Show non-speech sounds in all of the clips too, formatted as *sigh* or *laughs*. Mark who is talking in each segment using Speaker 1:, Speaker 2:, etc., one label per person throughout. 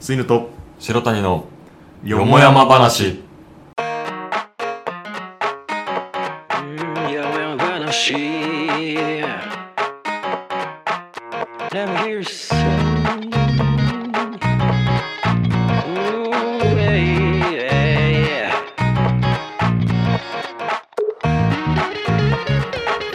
Speaker 1: 水野と
Speaker 2: 白谷の
Speaker 1: よ
Speaker 2: よもやま話
Speaker 3: いや親の話 Let me hear you sing. Ooh, yeah, yeah.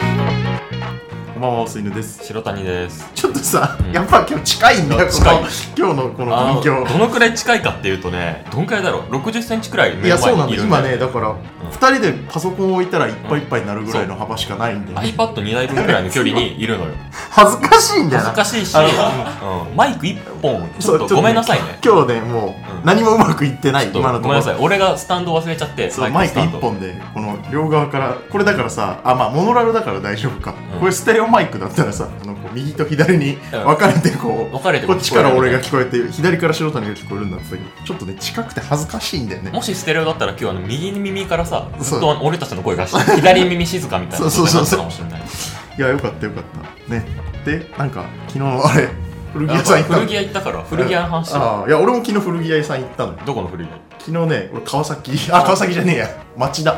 Speaker 1: こんばんは水野です
Speaker 2: 白谷です
Speaker 1: ちょっとさ、
Speaker 2: ん
Speaker 1: やっぱ今日近いんだよこ
Speaker 2: 近い
Speaker 1: の今日のこ
Speaker 2: あ
Speaker 1: の
Speaker 2: の
Speaker 1: 環境
Speaker 2: どのくらい近いかっていうとねどんくらいだろう60センチくらい
Speaker 1: い
Speaker 2: 目
Speaker 1: や
Speaker 2: の
Speaker 1: そうな
Speaker 2: 前
Speaker 1: んだ
Speaker 2: にいる
Speaker 1: 今
Speaker 2: んだ
Speaker 1: ね
Speaker 2: よ
Speaker 1: だから、二人でパソコンを置いたらいっぱいいっぱいになるぐらいの幅しかないんで、
Speaker 2: iPad2 台分くらいの距離
Speaker 1: *laughs*
Speaker 2: にいるのよ
Speaker 1: 恥ずかしいんだよ
Speaker 2: 恥
Speaker 1: な
Speaker 2: ずかしいし、うん、マイク1本ち
Speaker 1: そう
Speaker 2: ょっとごめんなさいね
Speaker 1: 今日ねもう
Speaker 2: う
Speaker 1: ん何もうまくいってない、
Speaker 2: ちょっと
Speaker 1: 今のと
Speaker 2: ご
Speaker 1: こ
Speaker 2: めん
Speaker 1: ろ
Speaker 2: なさい俺がスタンド忘れちゃって
Speaker 1: そうマイク
Speaker 2: スタン
Speaker 1: 1
Speaker 2: ド
Speaker 1: 本でこの両側からこれだからさあまあモノラルだから大丈夫か、
Speaker 2: うん
Speaker 1: これステレオマイクだったらさあのこう右と左に
Speaker 2: うん
Speaker 1: 分かれてこう、
Speaker 2: 分かれて
Speaker 1: こ
Speaker 2: こう
Speaker 1: っちから
Speaker 2: 聞こえ
Speaker 1: 俺
Speaker 2: る
Speaker 1: が聞こえて左から白谷が聞こえるんだってちょっとね近くて恥ずかしいんだよね
Speaker 2: もしステレオだったら今日はあの右耳からさ
Speaker 1: そう
Speaker 2: ずっとあの俺たちの声が
Speaker 1: *laughs*
Speaker 2: して左耳静かみたいな
Speaker 1: そうそうそう
Speaker 2: ことになってたかもしれない
Speaker 1: いやよかったよかったねでなんか昨日あれ古着屋さん行ったの
Speaker 2: *laughs* 古着屋行ったから古着屋の話しよう
Speaker 1: ああいや俺も昨日古着屋さん行ったのよ
Speaker 2: どこの古着屋
Speaker 1: 昨日ね俺川崎あ川崎じゃねえや町田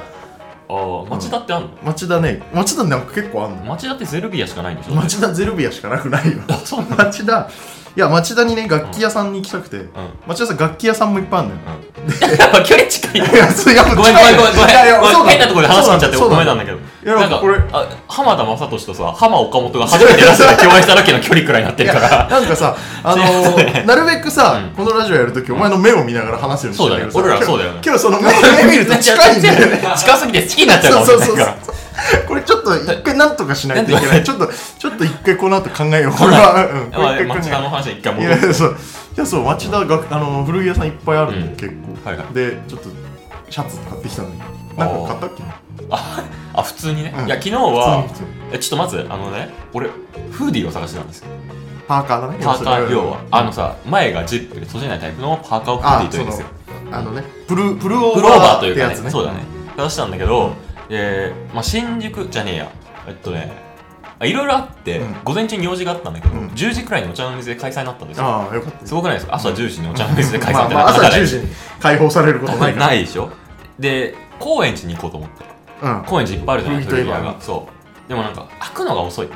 Speaker 2: ああ町田ってあんの、
Speaker 1: 町田ね町田なんか結構あんの
Speaker 2: 町田ってゼルビアしかないんでしょ
Speaker 1: 町田ゼルビアしかなくないよ *laughs*
Speaker 2: あそうなの
Speaker 1: 町田いや町田にね楽器屋さんに行きたくて、
Speaker 2: うん
Speaker 1: 町田さん楽器屋さんもいっぱい
Speaker 2: *laughs*
Speaker 1: あるのよ、
Speaker 2: やっぱ距離近い
Speaker 1: いやそういや
Speaker 2: *laughs* ごめんごめんごめんごめん
Speaker 1: いやいやそう
Speaker 2: 変なところで話になっちゃって
Speaker 1: そう
Speaker 2: ごめん
Speaker 1: だ
Speaker 2: なんだけど
Speaker 1: いや
Speaker 2: なんか
Speaker 1: これ
Speaker 2: あ浜田雅俊とさ浜岡本が初めて出した共演しただけの距離くらいになってるから
Speaker 1: なんかさ、あのー、なるべくさ、このラジオやるとき、お前の目を見ながら話すようにしてんけど
Speaker 2: *laughs* そうだよ
Speaker 1: 今日
Speaker 2: 俺らそうだよね
Speaker 1: 今日その目目見ると近いんだよね。
Speaker 2: 近すぎて好きになっちゃ
Speaker 1: そうう
Speaker 2: か
Speaker 1: そう
Speaker 2: もし
Speaker 1: そ
Speaker 2: れ
Speaker 1: う
Speaker 2: ないから。
Speaker 1: これちょっと一回なんとかしないといけ
Speaker 2: な
Speaker 1: なんい。ちょっと、ちょっと一回この後考えよう。これは、うん、これ
Speaker 2: まあ
Speaker 1: 一回考えよ
Speaker 2: 町田
Speaker 1: う
Speaker 2: の話は一回
Speaker 1: い
Speaker 2: 戻
Speaker 1: や
Speaker 2: る
Speaker 1: そういやそう町田があの古着屋さんいっぱいあるんで、
Speaker 2: うん
Speaker 1: 結構、
Speaker 2: はいはい
Speaker 1: でちょっとシャツ買ってきたのになんか買ったっけな
Speaker 2: あ普通にね
Speaker 1: うん
Speaker 2: いや昨日は
Speaker 1: 普通に普通に
Speaker 2: えちょっとまずあのね俺フーディーを探してたんですよ
Speaker 1: パーカーだね
Speaker 2: パーカー要はあの
Speaker 1: そ
Speaker 2: さ前がジップで閉じないタイプのパーカーをフー
Speaker 1: あ
Speaker 2: ディーとい
Speaker 1: そうの
Speaker 2: んですよ
Speaker 1: あのねプルプルオ
Speaker 2: プ
Speaker 1: ー
Speaker 2: ローバ
Speaker 1: バー
Speaker 2: ーとい
Speaker 1: っ
Speaker 2: う
Speaker 1: て
Speaker 2: か
Speaker 1: や
Speaker 2: ね
Speaker 1: つね
Speaker 2: そうだね探したんだけど、えーまあ、新宿じゃねえやえっとねあいろいろあって、
Speaker 1: うん
Speaker 2: 午前中に用事があったんだけど、
Speaker 1: うん
Speaker 2: 10時くらいにお茶の水で開催になったんですよ
Speaker 1: ああよかった
Speaker 2: すごくないですか朝10時にお茶の水で開催
Speaker 1: ま
Speaker 2: っ
Speaker 1: あ
Speaker 2: て
Speaker 1: ま
Speaker 2: な
Speaker 1: あ
Speaker 2: かな
Speaker 1: 朝
Speaker 2: かない
Speaker 1: 10時に解放されることないから
Speaker 2: ないでしょで高円寺に行こうと思って
Speaker 1: うん、
Speaker 2: 高円寺いっぱいあるじゃない
Speaker 1: 古着といえば
Speaker 2: 古着屋がそうでもなんか開くのが遅い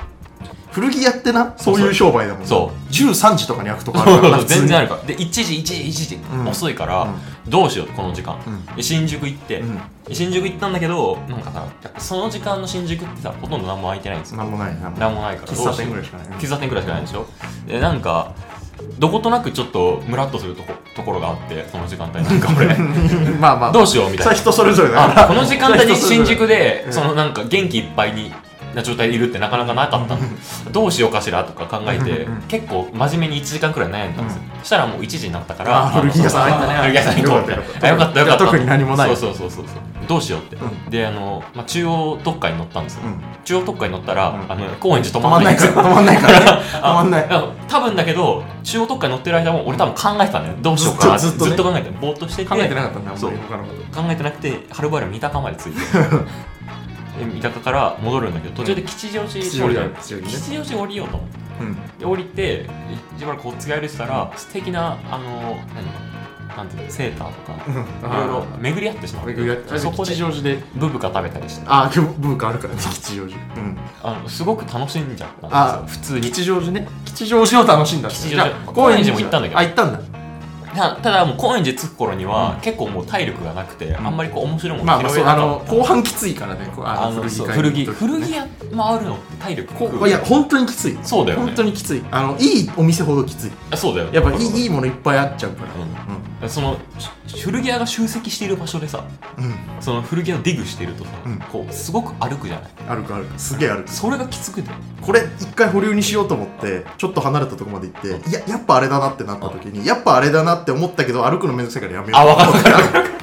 Speaker 1: 古着屋ってなそういう商売だもんね
Speaker 2: そう
Speaker 1: 13時とかに開くとかあるからな
Speaker 2: 全然あ
Speaker 1: る
Speaker 2: るからで1時1時1時、
Speaker 1: ん
Speaker 2: 遅いから、どうしようこの時間、で新宿行って、
Speaker 1: うん、
Speaker 2: 新宿行ったんだけどなんかさその時間の新宿ってさほとんど何も空いてないんです
Speaker 1: うん、
Speaker 2: よ
Speaker 1: なんもないなんもない
Speaker 2: 何もないから
Speaker 1: 喫茶店ぐ
Speaker 2: どう
Speaker 1: らいしかない、
Speaker 2: し喫茶店ぐらいしかないでしょでなんかどことなくちょっとムラっとするとこところがあってその時間帯なんか
Speaker 1: *laughs*
Speaker 2: 俺
Speaker 1: うんまあまあ
Speaker 2: どうしようみた
Speaker 1: それは
Speaker 2: いな
Speaker 1: 人それぞれだから
Speaker 2: あこの時間帯に新宿で
Speaker 1: うん
Speaker 2: そのなんか元気いっぱいにな状態でいるってなかなかなかったのどうしようかしらとか考えて
Speaker 1: うんうんうん
Speaker 2: 結構真面目に1時間くらい悩んだんですよそしたらもう1時になったか
Speaker 1: あ
Speaker 2: ら
Speaker 1: ー
Speaker 2: あの
Speaker 1: 古着屋さん入ったね
Speaker 2: 古着屋さん行こうみたいなあ
Speaker 1: よ
Speaker 2: よ
Speaker 1: か
Speaker 2: か
Speaker 1: っ
Speaker 2: ったた
Speaker 1: よかっ
Speaker 2: よか
Speaker 1: た
Speaker 2: った
Speaker 1: 特に何もない
Speaker 2: そうそうそうそうそうどうしようって
Speaker 1: うん
Speaker 2: であのまあ中央特快に乗ったんですよ
Speaker 1: うん
Speaker 2: 中央特快に乗ったら、
Speaker 1: うん
Speaker 2: あの高円寺止
Speaker 1: 止
Speaker 2: ま
Speaker 1: ま
Speaker 2: ん
Speaker 1: ん
Speaker 2: な
Speaker 1: ないい
Speaker 2: ん
Speaker 1: か
Speaker 2: ですよ
Speaker 1: ら止まんないからね止まんない
Speaker 2: *laughs* あ多分だけど中央特快乗ってる間も俺多分考えてたんだよどうしようかな
Speaker 1: ずっとずっとね
Speaker 2: 考えてぼーっとしてて
Speaker 1: 考えてなかったんだあん
Speaker 2: そ
Speaker 1: ま
Speaker 2: う
Speaker 1: り他のこと
Speaker 2: 考えてなくてはるばる三鷹まで着いて
Speaker 1: *laughs*
Speaker 2: で三鷹から戻るんだけど途中で吉祥寺
Speaker 1: 吉祥寺
Speaker 2: 降りたの
Speaker 1: 吉祥寺ね
Speaker 2: 吉祥寺降りようと思って
Speaker 1: うん
Speaker 2: で降りてでしばらくこっち帰りしたら素敵なあの何なんていうのセーターとかいろいろ巡り合ってしまってそこで
Speaker 1: 吉祥寺で
Speaker 2: ブブカ食べたりして
Speaker 1: あ今日ブーカあるからね吉祥寺うん
Speaker 2: あのすごく楽しんじゃったんですよ普通に
Speaker 1: 吉祥寺ね吉祥寺を楽しんだ
Speaker 2: 吉祥
Speaker 1: じゃ
Speaker 2: 寺
Speaker 1: あ
Speaker 2: 高円寺も行ったんだけど
Speaker 1: あ行ったんだ
Speaker 2: たただもう高円寺着く頃には、結構もう体力がなくて、あんまりこう面白いも
Speaker 1: まあ
Speaker 2: の
Speaker 1: まあ
Speaker 2: 拾
Speaker 1: そ
Speaker 2: え
Speaker 1: う
Speaker 2: な
Speaker 1: あ
Speaker 2: か
Speaker 1: の
Speaker 2: った、
Speaker 1: 後半きついからねこうあ
Speaker 2: あ
Speaker 1: の
Speaker 2: のそう
Speaker 1: 買い
Speaker 2: 古
Speaker 1: に
Speaker 2: 着
Speaker 1: 行く時
Speaker 2: 古着屋回るのって体力食う
Speaker 1: こういや本当にきつい
Speaker 2: そうだよね
Speaker 1: 本当にきついあのいいお店ほどきつい
Speaker 2: あそうだよ
Speaker 1: やっぱい
Speaker 2: い
Speaker 1: いいいものいっぱいあっちゃうから
Speaker 2: そのし古着屋が集積している場所でさ
Speaker 1: うん
Speaker 2: その古着屋をディグしているとさ、
Speaker 1: うん
Speaker 2: こうすごく歩くじゃない
Speaker 1: あるかあるかすげえあるか
Speaker 2: それがきつくて
Speaker 1: これ一回保留にしようと思ってちょっと離れたとこまで行っていややっぱあれだなってなった時にやっぱあれだなって思ったけど歩くのめんどくさいからやめよう
Speaker 2: あ
Speaker 1: *laughs*
Speaker 2: わかるわ
Speaker 1: かる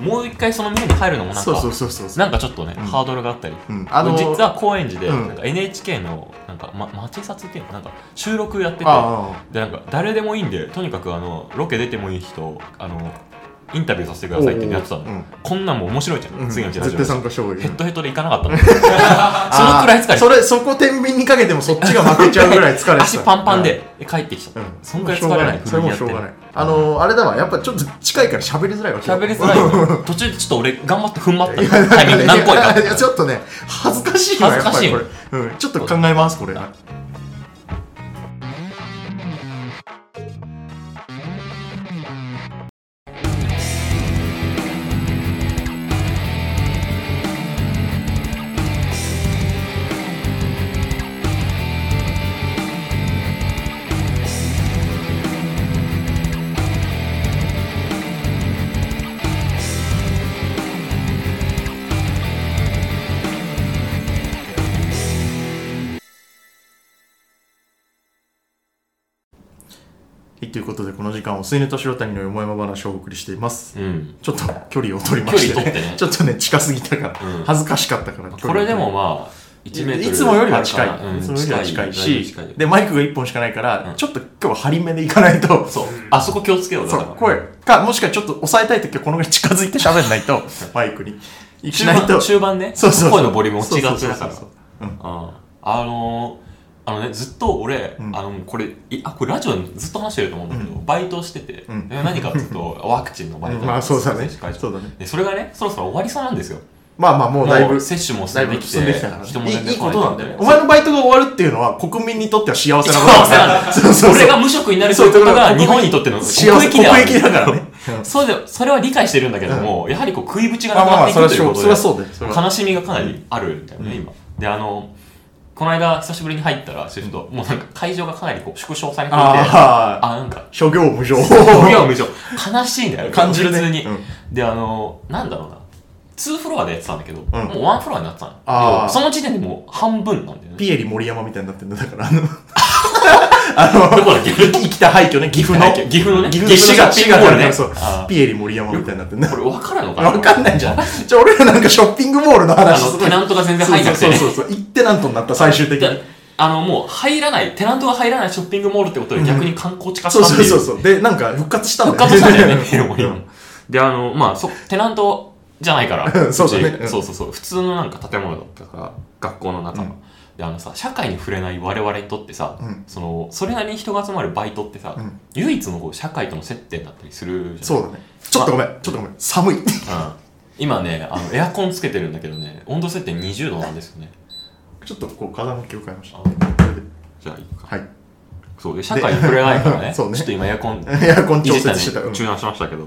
Speaker 2: もう一回その店に入るのもなんか
Speaker 1: そうそうそうそう
Speaker 2: なんかちょっとね、
Speaker 1: うん
Speaker 2: ハードルがあったり、
Speaker 1: うんあのー
Speaker 2: 実は高円寺で、
Speaker 1: うん
Speaker 2: なんか NHK のなんか、ま、町撮っていうのなんか収録やってて
Speaker 1: あ
Speaker 2: でなんか誰でもいいんでとにかくあのロケ出てもいい人あのインタビューさせてくださいってやってたの、
Speaker 1: うん
Speaker 2: こんなんも面白いじゃん、
Speaker 1: うん
Speaker 2: 次のうちラジ
Speaker 1: 絶
Speaker 2: オ
Speaker 1: 対
Speaker 2: でヘ
Speaker 1: 参加した方がいい
Speaker 2: ッドヘッドで行かなかっ
Speaker 1: *laughs*
Speaker 2: たの *laughs* そのくらい疲れて
Speaker 1: それそこ天秤にかけてもそっちが負けちゃうぐらい疲れてた
Speaker 2: 足パンパンで、帰ってきちゃった、
Speaker 1: うん
Speaker 2: そんくらい疲れない
Speaker 1: それもしょうがないあのー、あれだわやっぱちょっと近いから喋りづらいわ
Speaker 2: 喋りづらい
Speaker 1: *laughs*
Speaker 2: よ途中でちょっと俺頑張って踏ん張ったのタイミング何
Speaker 1: 個
Speaker 2: 回
Speaker 1: *laughs*
Speaker 2: か
Speaker 1: いやちょっとね恥ずかしいわ
Speaker 2: 恥ずかしい
Speaker 1: やっぱりこれ、うん、ちょっと考えますこれはいということでこの時間は水根と白谷のよもやま話をお送りしています
Speaker 2: うん
Speaker 1: ちょっと距離を取りまして、
Speaker 2: 距離取ってね
Speaker 1: ちょっとね近すぎたから、
Speaker 2: うん
Speaker 1: 恥ずかしかったから
Speaker 2: これでもまあ1メート
Speaker 1: い
Speaker 2: ル
Speaker 1: つもよりは近い、
Speaker 2: あるかなうん
Speaker 1: いつもよりは近いし
Speaker 2: 近い
Speaker 1: でマイクが1本しかないから、
Speaker 2: うん
Speaker 1: ちょっと今日は張り目でいか *laughs* ないと
Speaker 2: そうあそこ気をつけようだ
Speaker 1: そ
Speaker 2: か
Speaker 1: う
Speaker 2: ら
Speaker 1: 声かもしくはちょっと抑えたい時はこのぐらい近づいて喋んないとマイクにし
Speaker 2: 中
Speaker 1: ないと
Speaker 2: 盤中盤ね
Speaker 1: そうそうそう
Speaker 2: 声のボリューム落ちがちだ
Speaker 1: そ
Speaker 2: から
Speaker 1: うそうそうそううん
Speaker 2: ああのーあのね、ずっと俺、
Speaker 1: うん
Speaker 2: あのこれいあこれラジオでずっと話してると思うんだけど、バイトしてて、
Speaker 1: うん
Speaker 2: で何かっていうとワクチンのバイト
Speaker 1: まあそうだね
Speaker 2: 接種会場
Speaker 1: そうだね
Speaker 2: でそれがねそろそろ終わりそうなんですよ
Speaker 1: まあまあもうだい
Speaker 2: も
Speaker 1: ぶ
Speaker 2: う接種も進んできて
Speaker 1: だいぶ進んできたからね
Speaker 2: 人も全然
Speaker 1: いいいいことなんだよね
Speaker 2: 来
Speaker 1: お
Speaker 2: い
Speaker 1: 前のバイトが終わるっていうのは国民にとっては幸せなこと
Speaker 2: そう
Speaker 1: だ
Speaker 2: なんだ
Speaker 1: そうそうそう
Speaker 2: 俺が無職になるということ
Speaker 1: そうだか
Speaker 2: が
Speaker 1: ら
Speaker 2: 日本にとっての
Speaker 1: 幸せ
Speaker 2: である
Speaker 1: 国益だからねうん *laughs*
Speaker 2: そうでそれは理解してるんだけども、やはりこう食いぶちがなく
Speaker 1: まあま
Speaker 2: な
Speaker 1: あ
Speaker 2: っていくということ
Speaker 1: そ
Speaker 2: で
Speaker 1: りゃそうそりゃそうだよ
Speaker 2: 悲しみがかなりあるんだよね、
Speaker 1: うん
Speaker 2: 今であのこの間久しぶりに入ったらシフト、もうなんか会場がかなりこう縮小されていてあ
Speaker 1: ああ
Speaker 2: なんか
Speaker 1: 諸行無常
Speaker 2: 業務上悲しいんだよ
Speaker 1: 感じるね
Speaker 2: 普通に、
Speaker 1: う
Speaker 2: であのなんだろうな2フロアでやってたんだけど、もう1フロアになってたの
Speaker 1: あー
Speaker 2: その時点でもう半分なんだよね
Speaker 1: ピエリ森山みたいになってんだだからあ
Speaker 2: *laughs*
Speaker 1: のあの
Speaker 2: どこだっけ
Speaker 1: 生きた廃墟ね岐阜の
Speaker 2: 岐阜のね
Speaker 1: 岐阜
Speaker 2: 岐阜のショッピングモールね
Speaker 1: そう
Speaker 2: あー
Speaker 1: ピエリ森山みたいになってんだ
Speaker 2: これ分からんのかな
Speaker 1: わかんないじゃん。じゃあ俺らなんかショッピングモールの話
Speaker 2: あのテナントが全然入んなくて
Speaker 1: そう
Speaker 2: ね
Speaker 1: そうそうそう。行ってなんとになった最終的
Speaker 2: で
Speaker 1: に。
Speaker 2: あのもう入らないテナントが入らないショッピングモールってことで逆に観光地化し
Speaker 1: そう
Speaker 2: たって
Speaker 1: そう
Speaker 2: い
Speaker 1: そううそう。で、なんか復活したん
Speaker 2: 復
Speaker 1: だよね。
Speaker 2: 活したんだよね、
Speaker 1: *laughs*
Speaker 2: ピエロも
Speaker 1: う
Speaker 2: 今
Speaker 1: ん。
Speaker 2: で、あの、まあ、そテナントじゃないから、
Speaker 1: うんそうだね
Speaker 2: ち
Speaker 1: うん
Speaker 2: そうそうそう、普通のなんか建物だったから、学校の中の。
Speaker 1: うん
Speaker 2: で、あのさ、社会に触れない我々にとってさ、
Speaker 1: うん
Speaker 2: その、それなりに人が集まるバイトってさ、
Speaker 1: うん
Speaker 2: 唯一のこう社会との接点だったりするじ
Speaker 1: そ
Speaker 2: ゃん。
Speaker 1: うだね。ちょっとごめん、ちょっとごめん。寒い。
Speaker 2: うん今ね、あのエアコンつけてるんだけどね、温度設定20度なんですよね。
Speaker 1: ちょっとこう、風向きを変えました。
Speaker 2: あ
Speaker 1: これで
Speaker 2: じゃあ、いいか。
Speaker 1: はい。 *laughs*
Speaker 2: そうで、社会に触れないからね、
Speaker 1: そうね
Speaker 2: ちょっと今エアコ
Speaker 1: *laughs*
Speaker 2: ン
Speaker 1: エアコン調
Speaker 2: いじっ
Speaker 1: 節してた。
Speaker 2: ね
Speaker 1: うん
Speaker 2: 中断しましたけど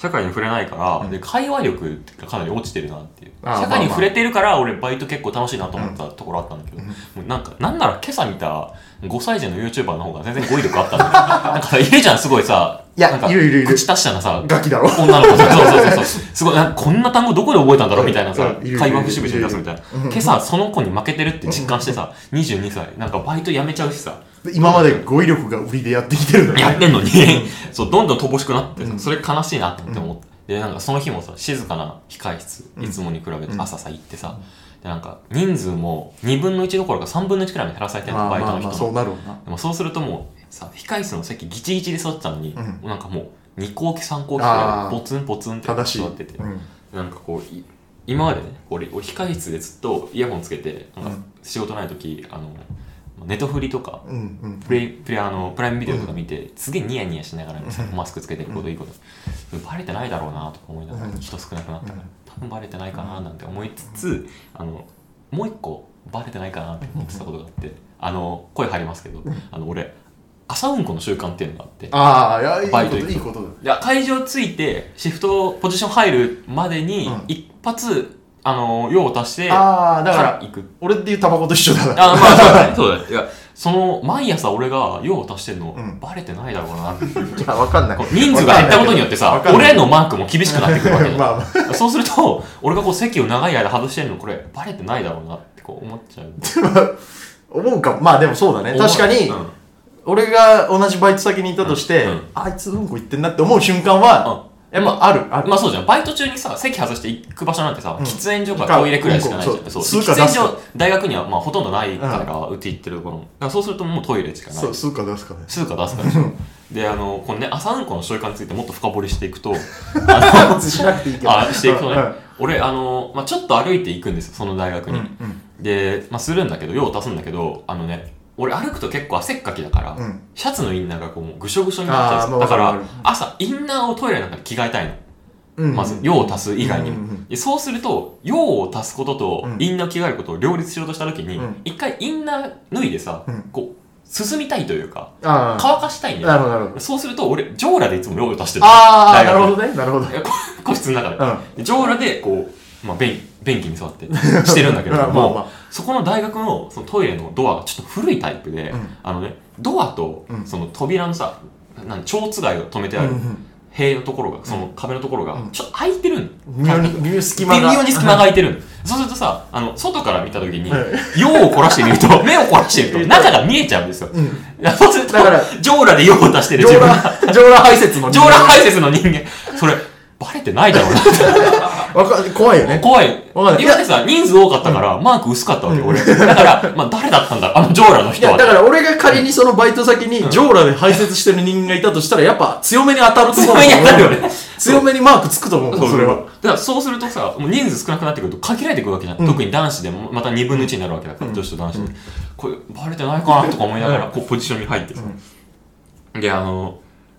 Speaker 2: 社会に触れないから、
Speaker 1: うん
Speaker 2: で会話力がかなり落ちてるなっていう
Speaker 1: あー
Speaker 2: 社
Speaker 1: まあ
Speaker 2: 会
Speaker 1: まあ
Speaker 2: に触れてるから俺バイト結構楽しいなと思ったところあったんだけど、もうなんかなんなら今朝見た5歳児の YouTuber の方が全然語彙力あったんだよ
Speaker 1: *laughs*
Speaker 2: なんかさいるじゃんすごいさ
Speaker 1: いや
Speaker 2: なんか
Speaker 1: いるいるいる
Speaker 2: 口達者なさ
Speaker 1: ガキだろ。
Speaker 2: 女の子そうそうそうそうすごいなんかこんな単語どこで覚えたんだろうみたいなさ
Speaker 1: うんいるいる
Speaker 2: 会話節々に出すみたいな今朝その子に負けてるって実感してさ22歳なんかバイト辞めちゃうしさ
Speaker 1: で今まで語彙力が売りでやってきてるんだ
Speaker 2: やっ
Speaker 1: よね。
Speaker 2: てんのに、そう、どんどん乏しくなってさ、それ悲しいなって思って、で、なんかその日もさ、静かな控室、いつもに比べて朝さ、行ってさ、で、なんか人数も2分の1どころか3分の1くらいに減らされてる
Speaker 1: ま
Speaker 2: の、
Speaker 1: あ
Speaker 2: バイト
Speaker 1: ま
Speaker 2: の
Speaker 1: あ
Speaker 2: 人
Speaker 1: まあ、
Speaker 2: も。
Speaker 1: そうなるわな。
Speaker 2: でもそうするともう、さ、控室の席ギチギチで座ってたのに、
Speaker 1: ん
Speaker 2: もうなんかもう、2校期3校期
Speaker 1: あー
Speaker 2: ポツンポツンって座
Speaker 1: 正しい。
Speaker 2: ってて
Speaker 1: う、ん
Speaker 2: なんかこう、い今までね、俺、俺控室でずっとイヤホンつけて、なん
Speaker 1: う
Speaker 2: か
Speaker 1: ん
Speaker 2: 仕事ない時、あの、ネトフリとか、
Speaker 1: うんうん。
Speaker 2: プレイプレイあのプライムビデオとか見て、すげえニヤニヤしながら見てたマスクつけてることいいこと、バレてないだろうなとか思いながら、
Speaker 1: うん
Speaker 2: 人少なくなったから、
Speaker 1: うん
Speaker 2: 多分バレてないかななんて思いつつ、あのもう一個バレてないかなって思ってたことがあって、あの声入りますけど、あの俺朝うんこの習慣っていうのがあって、
Speaker 1: ああ、いや、いい
Speaker 2: バイ
Speaker 1: こと、
Speaker 2: ト行く
Speaker 1: いいことだよ。
Speaker 2: いや会場ついてシフトポジション入るまでに
Speaker 1: うん
Speaker 2: 一発、あの用を足して
Speaker 1: ああ、だから、
Speaker 2: 行く
Speaker 1: 俺っていうタバコと一緒だな。
Speaker 2: あまあそうだねそうだねいやその毎朝俺が用を足してんの、
Speaker 1: うん
Speaker 2: バレてないだろうなっ
Speaker 1: *laughs*
Speaker 2: て
Speaker 1: いや、わかんない
Speaker 2: こう人数が減ったことによってさ
Speaker 1: *laughs* わかんない
Speaker 2: 俺へのマークも厳しくなってくるわけだよ
Speaker 1: *laughs* まあまあ。
Speaker 2: そうすると俺がこう席を長い間外してるのこれバレてないだろうなってこう思っちゃう
Speaker 1: 思うかもまあでもそうだね *laughs* 確かに
Speaker 2: うん
Speaker 1: 俺が同じバイト先にいたとして、
Speaker 2: うんうん
Speaker 1: あいつうんこ行ってんなって思う瞬間は、やっぱあるある、
Speaker 2: まあそうじゃんバイト中にさ席外して行く場所なんてさ、
Speaker 1: ん
Speaker 2: 喫煙所かトイレくらいしかないじゃん、
Speaker 1: うん
Speaker 2: そう
Speaker 1: そう
Speaker 2: 喫
Speaker 1: 数か出
Speaker 2: 煙
Speaker 1: す
Speaker 2: 所大学にはまあほとんどないから、うち行ってるところもだからそうするともうトイレしかない
Speaker 1: そう数か出すからね *laughs*
Speaker 2: 数か出すからでしょであのこのね朝うんこの習慣についてもっと深掘りしていくと
Speaker 1: パ
Speaker 2: *laughs* あ
Speaker 1: ンツしなくていいけど
Speaker 2: のあしていくとね、
Speaker 1: はい
Speaker 2: 俺あの、まあ、ちょっと歩いて行くんですよその大学
Speaker 1: うん
Speaker 2: に、
Speaker 1: うん
Speaker 2: で、まあ、するんだけど用を足すんだけどあのね俺歩くと結構汗っかきだから、
Speaker 1: うん
Speaker 2: シャツのインナーがこうもうぐしょぐしょになっちゃうんですよ
Speaker 1: あ
Speaker 2: だ
Speaker 1: ー
Speaker 2: か
Speaker 1: まあわかる
Speaker 2: ら
Speaker 1: わかる
Speaker 2: 朝インナーをトイレの中に着替えたいの、
Speaker 1: うん
Speaker 2: まず用を足す以外にも、
Speaker 1: うんうんうん
Speaker 2: でそうすると用を足すことと
Speaker 1: うん
Speaker 2: インナーを着替えることを両立しようとした時に、
Speaker 1: うん
Speaker 2: 一回インナー脱いでさ、
Speaker 1: うん
Speaker 2: こう進みたいというか
Speaker 1: ああ
Speaker 2: 乾かしたいんだ
Speaker 1: な
Speaker 2: よ
Speaker 1: るほどなるほど
Speaker 2: そうすると俺上裸でいつも用を足してる
Speaker 1: ああ
Speaker 2: 大
Speaker 1: な
Speaker 2: 学
Speaker 1: るほどねなるほど
Speaker 2: えこ *laughs* 個室の中で、
Speaker 1: う
Speaker 2: で上裸でこう、まあ、便便器に
Speaker 1: *laughs*
Speaker 2: 座ってしてるんだけれども、
Speaker 1: まあまあ
Speaker 2: そこの大学のそのトイレのドアがちょっと古いタイプで、
Speaker 1: うん
Speaker 2: あのねドアと
Speaker 1: うん
Speaker 2: その扉のさ、なん蝶つがいを止めてある
Speaker 1: うんうん
Speaker 2: 塀のところがその壁のところが
Speaker 1: うん
Speaker 2: ちょっと開いてるん
Speaker 1: 微妙に微妙に隙
Speaker 2: 微
Speaker 1: 間が
Speaker 2: 妙
Speaker 1: *laughs*
Speaker 2: に隙間が空いてるんそうするとさあの外から見た時に
Speaker 1: は
Speaker 2: 用を凝らして
Speaker 1: *laughs*
Speaker 2: みると目を凝らしてみると中が見えちゃうんですよ
Speaker 1: うん
Speaker 2: そうすると
Speaker 1: だから
Speaker 2: 上裸で用を足してる
Speaker 1: 上
Speaker 2: 自 *laughs* 分が
Speaker 1: 裸上裸排泄の
Speaker 2: 上裸排泄の人間それバレてないだろうな
Speaker 1: わか怖いよ *laughs* ね
Speaker 2: 怖い。
Speaker 1: わかんない
Speaker 2: 今までさ、人数多かったから、マーク薄かったわけ、
Speaker 1: うん
Speaker 2: 俺。だから、まあ、誰だったんだあの、ジョーラの
Speaker 1: い
Speaker 2: 人
Speaker 1: や
Speaker 2: は。
Speaker 1: だから俺が仮にそのバイト先に上裸で排泄してる人間がいたとしたらやっぱ強めに当たると思う
Speaker 2: 強めに当たるよね
Speaker 1: 強めにマークつくと思う
Speaker 2: そう
Speaker 1: それは
Speaker 2: だから、そうするとさ、もう人数少なくなってくると限られてくるわけじゃん。
Speaker 1: うん
Speaker 2: 特に男子でも、また2分の1になるわけだから、
Speaker 1: うん
Speaker 2: 女子と男子で。これ、バレてないかなとか思いながら、
Speaker 1: うん
Speaker 2: こう、ポジションに入ってさ。で、あの、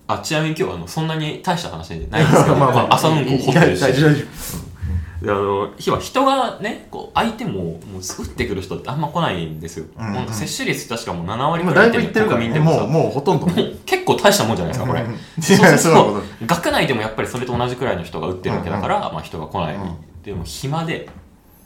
Speaker 2: あ、ちなみに今日はあの、そんなに大した話じゃないんですけ
Speaker 1: *laughs*
Speaker 2: ど、
Speaker 1: まあまあ
Speaker 2: この朝うんこを掘ってる
Speaker 1: 大
Speaker 2: し。
Speaker 1: 丈夫大丈夫
Speaker 2: であの日は人がねこう相手ももう打ってくる人ってあんま来ないんですよ、
Speaker 1: うんうん
Speaker 2: もう接種率確かもう7割
Speaker 1: 今
Speaker 2: く
Speaker 1: だ
Speaker 2: らい
Speaker 1: いぶいってるから
Speaker 2: 国
Speaker 1: ね
Speaker 2: 民でも
Speaker 1: も
Speaker 2: さ
Speaker 1: うもうほとんど
Speaker 2: もう結構大したもんじゃないですか、これ。
Speaker 1: うん
Speaker 2: そうす
Speaker 1: *laughs*
Speaker 2: る
Speaker 1: そうなの
Speaker 2: と、学内でもやっぱりそれと同じくらいの人が打ってるわけだから、まあ人が来ない。
Speaker 1: うん
Speaker 2: でも暇で、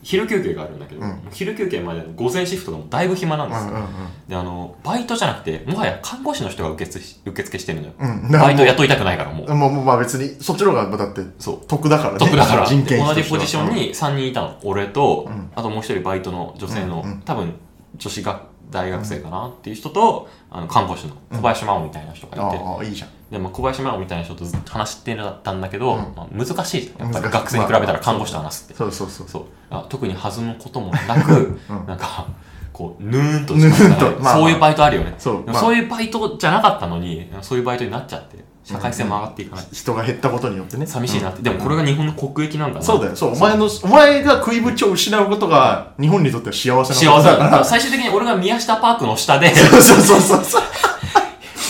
Speaker 2: 昼休憩があるんだけど、
Speaker 1: うん
Speaker 2: もう昼休憩までの午前シフトがもうだいぶ暇なん
Speaker 1: う
Speaker 2: ですよ。
Speaker 1: んうん
Speaker 2: で、あの、バイトじゃなくて、もはや看護師の人が受付し受付してるのよ。
Speaker 1: うんうん
Speaker 2: バイト雇いたくないから、もう。
Speaker 1: もうもうまあ別にそっちの方がだって
Speaker 2: そう。
Speaker 1: 得だからね
Speaker 2: 得だから、
Speaker 1: 人件費と
Speaker 2: 同じ
Speaker 1: しては
Speaker 2: ポジションに3人いたの。俺と、
Speaker 1: うん
Speaker 2: あともう一人バイトの女性の、
Speaker 1: うんうん
Speaker 2: 多分、女子学、大学生かなっていう人と、あの、看護師の小林真央みたいな人がいて、
Speaker 1: ああいいじゃん
Speaker 2: でも小林真央みたいな人とずっと話してなったんだけど、
Speaker 1: うん
Speaker 2: まあ、難しいじゃんやっぱ
Speaker 1: 難しい
Speaker 2: り学生に比べたら看護師と話すって、
Speaker 1: そうそうそう
Speaker 2: そうあ特に弾むこともなく、
Speaker 1: うん
Speaker 2: なんかこうぬーんとしましたね
Speaker 1: ぬーんとまあまあ
Speaker 2: そういうバイトあるよね
Speaker 1: そう
Speaker 2: でも
Speaker 1: まあ
Speaker 2: そういうバイトじゃなかったのにそういうバイトになっちゃって社会性も上がっていかない、
Speaker 1: 人が減ったことによってね
Speaker 2: 寂しいなって、でもこれが日本の国益なんだな
Speaker 1: そうだよそうお前のお前が食いぶちを失うことが日本にとっては幸せなこと
Speaker 2: 幸せ
Speaker 1: だ
Speaker 2: だ
Speaker 1: か
Speaker 2: から
Speaker 1: ら
Speaker 2: 最終的に俺が宮下パークの下で
Speaker 1: そうそうそうそう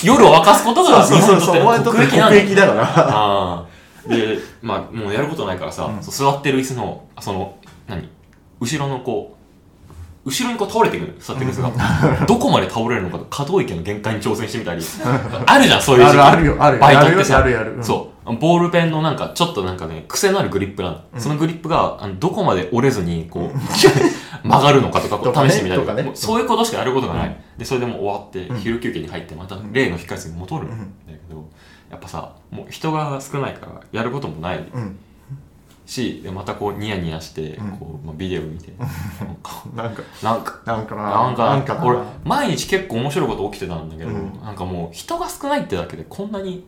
Speaker 2: 夜を沸かすことが日
Speaker 1: そうそう
Speaker 2: 本にとっ
Speaker 1: そう
Speaker 2: て
Speaker 1: お前にとっ
Speaker 2: の
Speaker 1: て
Speaker 2: 国益なん
Speaker 1: 国
Speaker 2: だ
Speaker 1: 益だから
Speaker 2: ああでまあもうやることないからさ、
Speaker 1: うん
Speaker 2: そう座ってる椅子のその何後ろのこう後ろにこう倒れてくる座ってる椅子が、どこまで倒れるのかと可動域の限界に挑戦して
Speaker 1: *laughs*
Speaker 2: みたりあるじゃんそういう時期
Speaker 1: あるあるよあるよ
Speaker 2: バイトってさ
Speaker 1: やるよやるやるうん
Speaker 2: そうボールペンのなんかちょっとなんかね癖のあるグリップなの、そのグリップがあのどこまで折れずにこう曲がるのかとかこと
Speaker 1: か
Speaker 2: う
Speaker 1: ね
Speaker 2: 試してみたり
Speaker 1: とかね
Speaker 2: もうそういうことしかやることがない、
Speaker 1: うん
Speaker 2: でそれでもう終わって、
Speaker 1: ん
Speaker 2: 昼休憩に入ってまた例の控室に戻るんだけど、やっぱさもう人が少ないからやることもない
Speaker 1: うん
Speaker 2: しでまたこうニヤニヤして、
Speaker 1: うん
Speaker 2: こうまあ、ビデオ見て、なんか
Speaker 1: なんか
Speaker 2: なんか
Speaker 1: なんかな
Speaker 2: なんか
Speaker 1: なんかな
Speaker 2: 俺毎日結構面白いこと起きてたんだけど、
Speaker 1: うん
Speaker 2: なんかもう人が少ないってだけでこんなに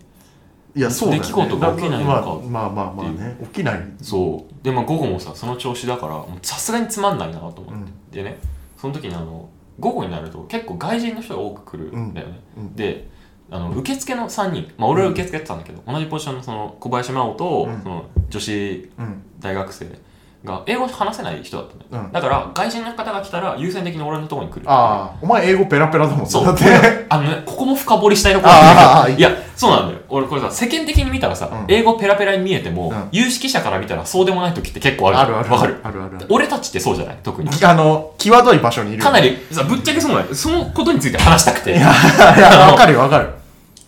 Speaker 1: いやそうだよね
Speaker 2: 出来事が起きないのかっていう
Speaker 1: まあまあまあまあね起きない
Speaker 2: そうでまあ午後もさその調子だからもうさすがにつまんないなと思って、
Speaker 1: うん
Speaker 2: でねその時にあの午後になると結構外人の人が多く来るんだよね、
Speaker 1: うんうん
Speaker 2: であの受付の3人、まあ、俺は受付やってたんだけど、同じポジションのその小林真央と、
Speaker 1: うん
Speaker 2: その女子
Speaker 1: うん
Speaker 2: 大学生が英語話せない人だったね、
Speaker 1: うん
Speaker 2: だから外人の方が来たら優先的に俺のところに来る
Speaker 1: ああお前英語ペラペラだもん
Speaker 2: そう
Speaker 1: だって
Speaker 2: *laughs* あのね、ここも深掘りしたいところ
Speaker 1: あーあーあーいい
Speaker 2: いや、そうなんだよ。俺これさ、世間的に見たらさ、
Speaker 1: うん
Speaker 2: 英語ペラペラに見えても、
Speaker 1: うん
Speaker 2: 有識者から見たらそうでもない時って結構ある。
Speaker 1: あるある
Speaker 2: わかる。
Speaker 1: あるあるある
Speaker 2: 俺たちってそうじゃない特に。
Speaker 1: あの際どい場所にいる
Speaker 2: かな
Speaker 1: り
Speaker 2: り、さ、ぶっちゃけそうなんだよそのことについて話したくて。
Speaker 1: いや *laughs* わかるよわかる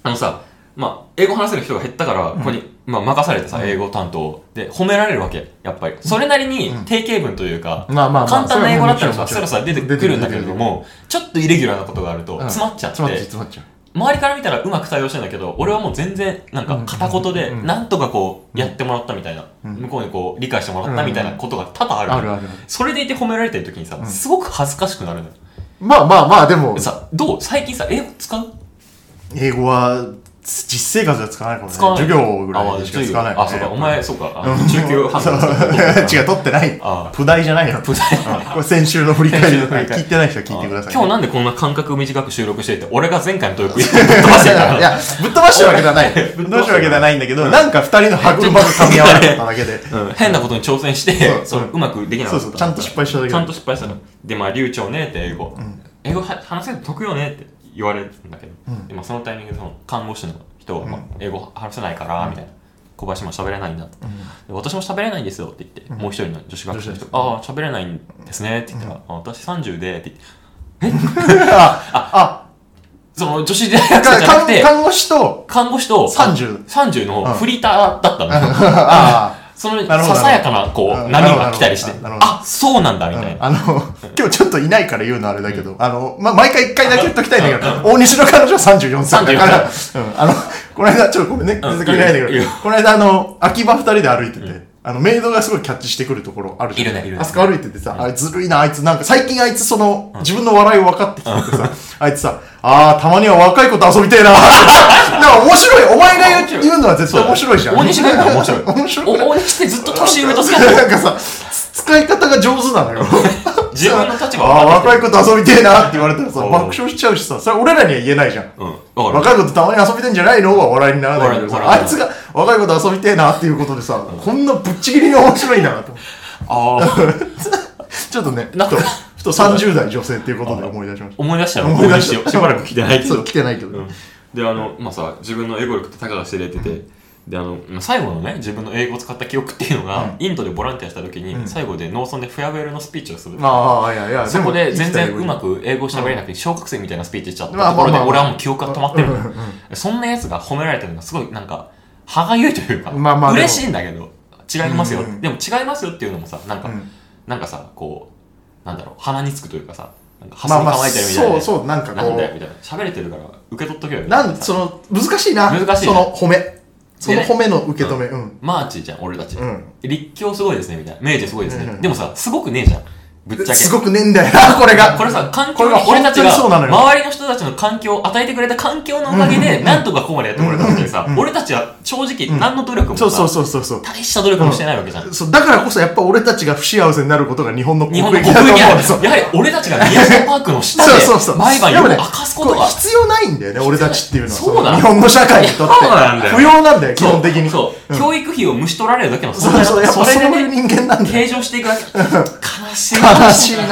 Speaker 2: あのさ、まあ、英語話せる人が減ったから、ここに、まあ、任されてさ、英語担当で褒められるわけ、やっぱり。それなりに
Speaker 1: うん
Speaker 2: 定型文というか、
Speaker 1: まあまあまあ
Speaker 2: 簡単な英語だったらさ、
Speaker 1: それ
Speaker 2: すら
Speaker 1: はも
Speaker 2: さ、
Speaker 1: ち
Speaker 2: 出
Speaker 1: ろ
Speaker 2: て
Speaker 1: ん
Speaker 2: くるんだけれども、ちょっとイレギュラーなことがあると、
Speaker 1: うん
Speaker 2: 詰まっちゃっ
Speaker 1: 詰まっちゃう
Speaker 2: て、
Speaker 1: 詰まっちゃう
Speaker 2: 周りから見たらうまく対応してんだけど、俺はもう全然、なんか、片言で
Speaker 1: う、ん
Speaker 2: なんとかこう、やってもらったみたいな、
Speaker 1: うん
Speaker 2: 向こうにこう、理解してもらったみたいなことが多々ある。
Speaker 1: あるあるある
Speaker 2: それでいて褒められてる時にさ、すごく恥ずかしくなるのよ。
Speaker 1: まあまあまあでも
Speaker 2: さ、どう最近さ、英語使う
Speaker 1: 英語は実生活では使わないかもね
Speaker 2: 使わない
Speaker 1: 授業ぐ
Speaker 2: あま
Speaker 1: ら
Speaker 2: あ
Speaker 1: いしか使わない
Speaker 2: あ、そうか、お前、そうか、あの中級
Speaker 1: そう
Speaker 2: 判
Speaker 1: *laughs*
Speaker 2: 断。
Speaker 1: 違う取ってない
Speaker 2: あ
Speaker 1: プ題じゃないの
Speaker 2: プ題
Speaker 1: *laughs* うんこれ先週の振り返
Speaker 2: 先
Speaker 1: り
Speaker 2: 週の振り返り
Speaker 1: 聞いてない人は聞いてください
Speaker 2: 今日なんでこんな間隔短く収録してて、俺が前回のトーク言ってぶっ飛ばしてたか
Speaker 1: い *laughs*
Speaker 2: ら。
Speaker 1: や、ぶっ飛ばしてるわけでは
Speaker 2: *laughs*
Speaker 1: ない。ぶっ飛ばしてるわけではないんだけど、なんか二人の歯車が噛み合わなかっただ
Speaker 2: *laughs*
Speaker 1: けで。
Speaker 2: うん変なことに挑戦して、
Speaker 1: そう
Speaker 2: それうまくできなか
Speaker 1: そ
Speaker 2: った。
Speaker 1: うそう、ちゃんと失敗しただけ
Speaker 2: ちゃんと
Speaker 1: で。
Speaker 2: 失敗したの。で、まあ、流暢ねって英語。英語は話せると得よねって言われるんだけど、
Speaker 1: ん
Speaker 2: でまあそのタイミングでその看護師の人は、まあ英語話せないから、みたいな。小林も喋れないんだって、で私も喋れないんですよって言って、もう一人の女子学生の人、
Speaker 1: 女子学生
Speaker 2: ああ、喋れないんですねって言ったら、あ私30でって言って、
Speaker 1: *laughs* あ、
Speaker 2: その女子大学生じゃな
Speaker 1: か
Speaker 2: くて、
Speaker 1: 看護師と、
Speaker 2: 看護師と
Speaker 1: 30
Speaker 2: 30のフリーターだっ
Speaker 1: *laughs*
Speaker 2: たのよ。
Speaker 1: あ
Speaker 2: その
Speaker 1: なるほど
Speaker 2: ささやかなこう
Speaker 1: うん
Speaker 2: 波が来たりして
Speaker 1: なるほどなるほ、ど
Speaker 2: あそうなんだみ
Speaker 1: あ、う
Speaker 2: たい
Speaker 1: ん
Speaker 2: な。
Speaker 1: あの、 *laughs* 今日ちょっといないから言うのはあれだけど、あの、ま、毎回一回だけ言っときたいんだけど、大西の彼女は34歳だから、うんあの、この間、ちょっとごめんね、
Speaker 2: うん
Speaker 1: 続きいないんだ
Speaker 2: いい
Speaker 1: け
Speaker 2: よ
Speaker 1: ど、この間あの、秋葉二人で歩いてて、あの、メイドがすごいキャッチしてくるところあるじゃん。
Speaker 2: いるねいるね
Speaker 1: あそこ歩いててさ、あれずるいな、あいつなんか、最近あいつその、自分の笑いを分かってきててさ、あいつさ、あー、たまには若い子と遊びてえな、
Speaker 2: *laughs*
Speaker 1: なんか面白い、お前が言う言うのは絶対面白いじゃん。
Speaker 2: 大西が言うのは面白い。
Speaker 1: *laughs* 面白くない
Speaker 2: お大西ってずっと年上と付き合って
Speaker 1: *laughs* な
Speaker 2: る。
Speaker 1: んかさ、つ使い方が上手なのよ。
Speaker 2: *laughs* 自分の立場
Speaker 1: ああ、
Speaker 2: は分か
Speaker 1: 若い子と遊びてえなって言われたらさ、
Speaker 2: うん
Speaker 1: 爆笑しちゃうしさ、それ俺らには言えないじゃん。
Speaker 2: ってる。うん。わかる。
Speaker 1: 若い子とたまに遊びてんじゃないのは笑いにならないけど
Speaker 2: 笑
Speaker 1: さ、
Speaker 2: い
Speaker 1: あいつが若い子と遊びてえなっていうことでさ、こんなぶっちぎりに面白いんだなと。
Speaker 2: ああ、
Speaker 1: ちょっとね、ふ
Speaker 2: なん
Speaker 1: と
Speaker 2: か、
Speaker 1: ふと30代女性っていうことで思い出しました。
Speaker 2: 思い出したよ。
Speaker 1: 思い出し
Speaker 2: 大
Speaker 1: た
Speaker 2: 西をしばらく来てないけ
Speaker 1: そう、
Speaker 2: ど。
Speaker 1: 来てないけど
Speaker 2: うん
Speaker 1: ね。
Speaker 2: で、あの、まあさ、自分の英語力ってたかが知れてて、で、あの、まあ最後のね、自分の英語を使った記憶っていうのが、インドでボランティアした時に、最後で農村でフェアウェルのスピーチをする。
Speaker 1: ああ、いやいや、
Speaker 2: そこで全然うま
Speaker 1: く。
Speaker 2: く英語喋れなくて、小学生みたいなスピーチしちゃっ
Speaker 1: ま
Speaker 2: た
Speaker 1: あま
Speaker 2: とこ
Speaker 1: あ
Speaker 2: ろ
Speaker 1: まあ
Speaker 2: で、俺はもう記憶が止まってるの
Speaker 1: うんうん
Speaker 2: よ。そんなやつが褒められてるのがすごいなんか、歯がゆいというか、
Speaker 1: まあまあでも
Speaker 2: 嬉しいんだけど、違いますよ。
Speaker 1: うんうん
Speaker 2: でも違いますよっていうのもさ、なんか、
Speaker 1: うん
Speaker 2: なんかさ、こう、なんだろう、鼻につくというかさ、なんか、ハス
Speaker 1: まあ
Speaker 2: に
Speaker 1: まあ、
Speaker 2: 構えてるみたいな、
Speaker 1: そうそう、なんか
Speaker 2: なん
Speaker 1: こ
Speaker 2: だよ、
Speaker 1: う、
Speaker 2: みたいな。喋れてるから、受け取っとけよ。
Speaker 1: なん、その、難しいな。
Speaker 2: 難しいね
Speaker 1: その褒め。その
Speaker 2: でね
Speaker 1: 褒めの受け止め。うん。
Speaker 2: マーチじゃん、俺たち。
Speaker 1: うん
Speaker 2: 立教すごいですね、みたいな。明治すごいですね。
Speaker 1: うんうん
Speaker 2: でもさ、すごくねえじゃん。ぶっちゃけ。
Speaker 1: すごくねえんだよ
Speaker 2: *laughs*
Speaker 1: な、これが。
Speaker 2: これさ、環
Speaker 1: こ
Speaker 2: 境
Speaker 1: れが
Speaker 2: に、俺
Speaker 1: 本
Speaker 2: たち
Speaker 1: 当に
Speaker 2: が、
Speaker 1: そうなのよ
Speaker 2: 周りの人たちの環境、与えてくれた環境のおかげで、なんとかここまでやってこれたわけでさ、俺たちは正直、何の努力も
Speaker 1: そうそう
Speaker 2: さ、
Speaker 1: そうそうそう。
Speaker 2: 大した努力もしてないわけじゃん。
Speaker 1: そうだからこそやっぱ俺たちが不幸せになることが日本の
Speaker 2: 日
Speaker 1: 国
Speaker 2: 本の
Speaker 1: 益
Speaker 2: 国
Speaker 1: だと思う
Speaker 2: にあ
Speaker 1: そう
Speaker 2: る、やはり俺たちが宮下パークの下
Speaker 1: そう
Speaker 2: で
Speaker 1: そうそう、
Speaker 2: 毎晩
Speaker 1: でも
Speaker 2: 夜
Speaker 1: ね
Speaker 2: を明かすこと
Speaker 1: こ
Speaker 2: が
Speaker 1: れ、必要ないんだよね俺たちっていうのは
Speaker 2: そうなの
Speaker 1: 日本の社会にとって
Speaker 2: そうなんだよ
Speaker 1: 不要なん *laughs* だよ基
Speaker 2: そう
Speaker 1: 本的に
Speaker 2: そう、教育費を虫取られるだけの存
Speaker 1: そう
Speaker 2: 在
Speaker 1: そうやっぱ
Speaker 2: そ
Speaker 1: そう
Speaker 2: れで
Speaker 1: いう
Speaker 2: ね、
Speaker 1: 人間なんだよ
Speaker 2: 計上していくだけ。悲しい。
Speaker 1: 悲しいな
Speaker 2: 悲しい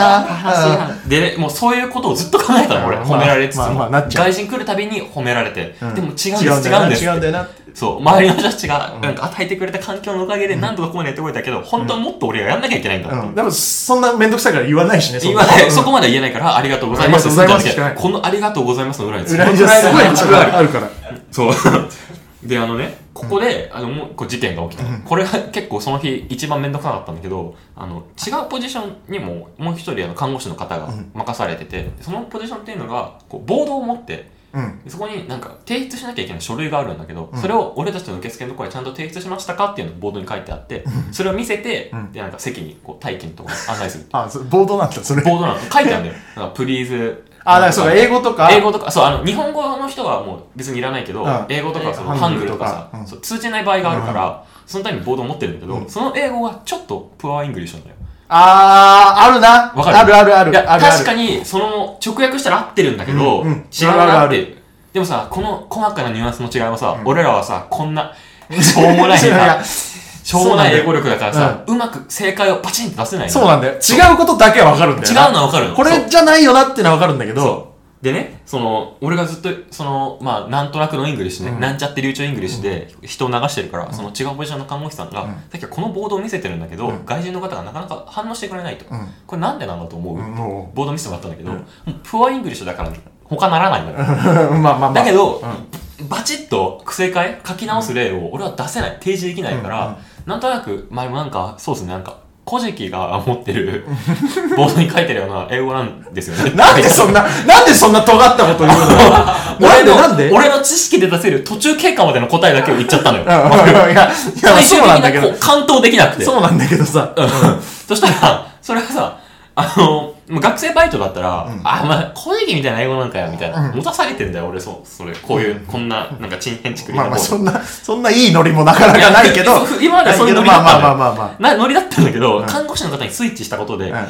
Speaker 2: なで、もうそういうことをずっと考えたの、俺。
Speaker 1: まあ
Speaker 2: 褒められつつ
Speaker 1: まあま
Speaker 2: も
Speaker 1: あなっ。ちゃう
Speaker 2: 外人来るたびに褒められて。
Speaker 1: ん
Speaker 2: でも違うんです、違うんです
Speaker 1: 違。うんだよな
Speaker 2: そう、周りの人たちが、なんか与えてくれた環境のおかげで、なんとかこうねやってこれたけど、本当はもっと俺がやんなきゃいけないんだって
Speaker 1: うんでもそんな面倒くさいから言わないしねそんな
Speaker 2: 今ね、
Speaker 1: うん
Speaker 2: そこまでは言えないから、ありがとうございます。
Speaker 1: ありがとうございますし
Speaker 2: だけ
Speaker 1: かない
Speaker 2: このありがとうございますの裏に、
Speaker 1: 裏に
Speaker 2: そ
Speaker 1: す
Speaker 2: の
Speaker 1: ご
Speaker 2: ぐら
Speaker 1: い
Speaker 2: の
Speaker 1: 力
Speaker 2: 力がある
Speaker 1: があるから
Speaker 2: そう。 *laughs* で、あのね、ここで、あの、もう、こう事件が起きた。これが結構その日一番めんどくさかったんだけど、あの、違うポジションにも、もう一人、あの、看護師の方が任されてて、そのポジションっていうのが、こう、ボードを持って、
Speaker 1: うん
Speaker 2: そこになんか提出しなきゃいけない書類があるんだけど、それを俺たちの受付のところにちゃんと提出しましたかっていうのをボードに書いてあって、それを見せて、
Speaker 1: ん
Speaker 2: で、なんか席にこう待機のところに案内する。
Speaker 1: あそれボードなんだそれ
Speaker 2: ボードなの書いてあるんだよ。なんか、プリーズ。
Speaker 1: あだからそうか英語とか
Speaker 2: 英語とか、そう、あの、日本語の人はもう別にいらないけど、
Speaker 1: うん
Speaker 2: 英語とか、その、ハ
Speaker 1: ハ
Speaker 2: ン
Speaker 1: ン
Speaker 2: グ
Speaker 1: グ
Speaker 2: ル
Speaker 1: ルと
Speaker 2: とか
Speaker 1: か
Speaker 2: さ、
Speaker 1: うん
Speaker 2: そう通じない場合があるから、そのためにボードを持ってるんだけど、その英語はちょっとプアイングリッシュなんだよ。
Speaker 1: あーあるな
Speaker 2: わかる
Speaker 1: あるあるある
Speaker 2: いや、
Speaker 1: あるある
Speaker 2: 確かに、その、直訳したら合ってるんだけど、
Speaker 1: うんうん
Speaker 2: 違うなっ
Speaker 1: あるあ
Speaker 2: て。でもさ、この細かなニュアンスの違いはさ、俺らはさ、こん
Speaker 1: *laughs*
Speaker 2: な、しょうもない
Speaker 1: いやい
Speaker 2: な、
Speaker 1: や
Speaker 2: しょうもない英語力だからさ、うまく正解をパチンと出せないの
Speaker 1: そうなんだよ違うことだけはわかるんだ
Speaker 2: 違
Speaker 1: よ
Speaker 2: う
Speaker 1: な
Speaker 2: のはわかるの
Speaker 1: こ
Speaker 2: そう
Speaker 1: れじゃないよなってのはわかるんだけど
Speaker 2: そう。でね、その、俺がずっと、その、まあ、なんとなくのイングリッシュね、なんちゃって流暢イングリッシュで人を流してるから、その違うポジションの看護師さんが、さっきはこのボードを見せてるんだけど、外人の方がなかなか反応してくれないと。
Speaker 1: ん
Speaker 2: これなんでなんだと思う、
Speaker 1: うんも
Speaker 2: ボード見せてもらったんだけど、もうプアイングリッシュだから、他ならないんだよ。
Speaker 1: うまあまあまあ
Speaker 2: だけど、
Speaker 1: うん
Speaker 2: バチッと正解書き直す例を俺は出せない、提示できないから、
Speaker 1: うんうん
Speaker 2: なんとなく前もなんか、そうですね、なんか、古事記が持ってるボードに書いてるような英語なんですよね。
Speaker 1: なんでそんな、なんでそんな尖ったこと言うの
Speaker 2: *laughs*
Speaker 1: な
Speaker 2: 俺
Speaker 1: ん
Speaker 2: の
Speaker 1: でなんで
Speaker 2: 俺の知識で出せる途中経過までの答えだけを言っちゃったの
Speaker 1: *laughs*
Speaker 2: よ。
Speaker 1: うんいや、いや、
Speaker 2: 最終
Speaker 1: そうなんだ
Speaker 2: 的
Speaker 1: け
Speaker 2: にこ
Speaker 1: ど
Speaker 2: *laughs* う、、完答できなくて。
Speaker 1: そうなんだけどさ、
Speaker 2: そしたら、それがさ、あの、もう学生バイトだったら、
Speaker 1: うん
Speaker 2: あ、まあ、小ネギみたいな英語なんかよ、みたいな。
Speaker 1: うん
Speaker 2: 持たされてんだよ、俺、そう、それ。こういう、こんな、なんか、チンヘンチクリ
Speaker 1: まあまあ、
Speaker 2: な
Speaker 1: そんな、そんないいノリもなかなかないけど、
Speaker 2: *laughs* いやそう今まではそういうノリ
Speaker 1: ま
Speaker 2: だ
Speaker 1: あ
Speaker 2: った
Speaker 1: まあ
Speaker 2: の
Speaker 1: まあ
Speaker 2: よ
Speaker 1: まあまあ
Speaker 2: な、ノリだったんだけど、
Speaker 1: うん
Speaker 2: 看護師の方にスイッチしたことで、
Speaker 1: うん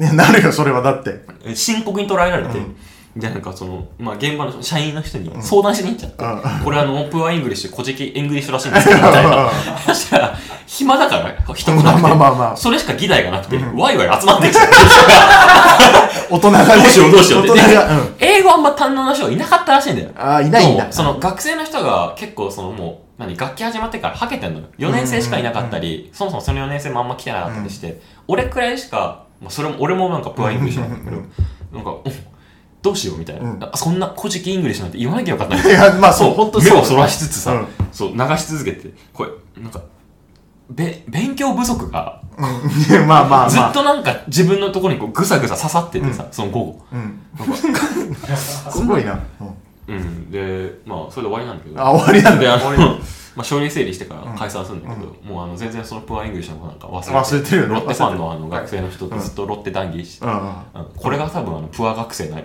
Speaker 1: ねなるよ、それはだって。
Speaker 2: 深刻に捉えられて、
Speaker 1: うん
Speaker 2: でなんかその、まあ、現場の社員の人に相談しに行っちゃって、
Speaker 1: う
Speaker 2: これあのプアイングリッシュ、こじきイングリッシュらしいんですけど、みたい
Speaker 1: うん
Speaker 2: な。 *laughs* そしたら、暇だから、人来なくて、
Speaker 1: まあまあまあ
Speaker 2: それしか議題がなくて、ワイワイ集まって
Speaker 1: *laughs*
Speaker 2: きちゃって、
Speaker 1: 大人がね、
Speaker 2: どうしようどうしようって
Speaker 1: 大人が、うん。
Speaker 2: 英語あんま堪能な人がいなかったらしいんだよ。
Speaker 1: ああ、いないん
Speaker 2: も
Speaker 1: だ。
Speaker 2: うその学生の人が結構そのもう、何、楽器始まってからはけてんのよ。4年生しかいなかったり、そもそもその4年生もあんま来てなかったりして、俺くらいしか、まあ、それも、俺もなんかプアイングリッシュなんだけど、なんか、うんどうしようみたいな。
Speaker 1: うん
Speaker 2: あそんな古事記イングリッシュなんて言わなきゃよかったみた
Speaker 1: い
Speaker 2: いな
Speaker 1: や、まあそう、本当
Speaker 2: 目
Speaker 1: そう。
Speaker 2: をそらしつつさ、
Speaker 1: うん
Speaker 2: そう流し続けてこれなんかべ勉強不足が
Speaker 1: うんまあまあ
Speaker 2: ず
Speaker 1: ま
Speaker 2: っ
Speaker 1: あ。
Speaker 2: となんか自分のところにこうぐさぐさ刺さっててさ、その午後、
Speaker 1: うん。
Speaker 2: なんか
Speaker 1: すごいな。うん
Speaker 2: うんでまあそれで終わりなんだけど
Speaker 1: あ、終わりなん
Speaker 2: であ
Speaker 1: だ。終
Speaker 2: の
Speaker 1: わりなんだ
Speaker 2: *laughs* まあ、書類整理してから解散するんだけど、もうあの全然そのプアイングリッシュのことなんか忘れ
Speaker 1: 忘れ
Speaker 2: て
Speaker 1: てるよね
Speaker 2: ロッテファンの
Speaker 1: 忘
Speaker 2: あ
Speaker 1: れてる
Speaker 2: の学生の人とずっとロッテ談義して、
Speaker 1: うんうん。
Speaker 2: あのこれが多分あのプア学生の背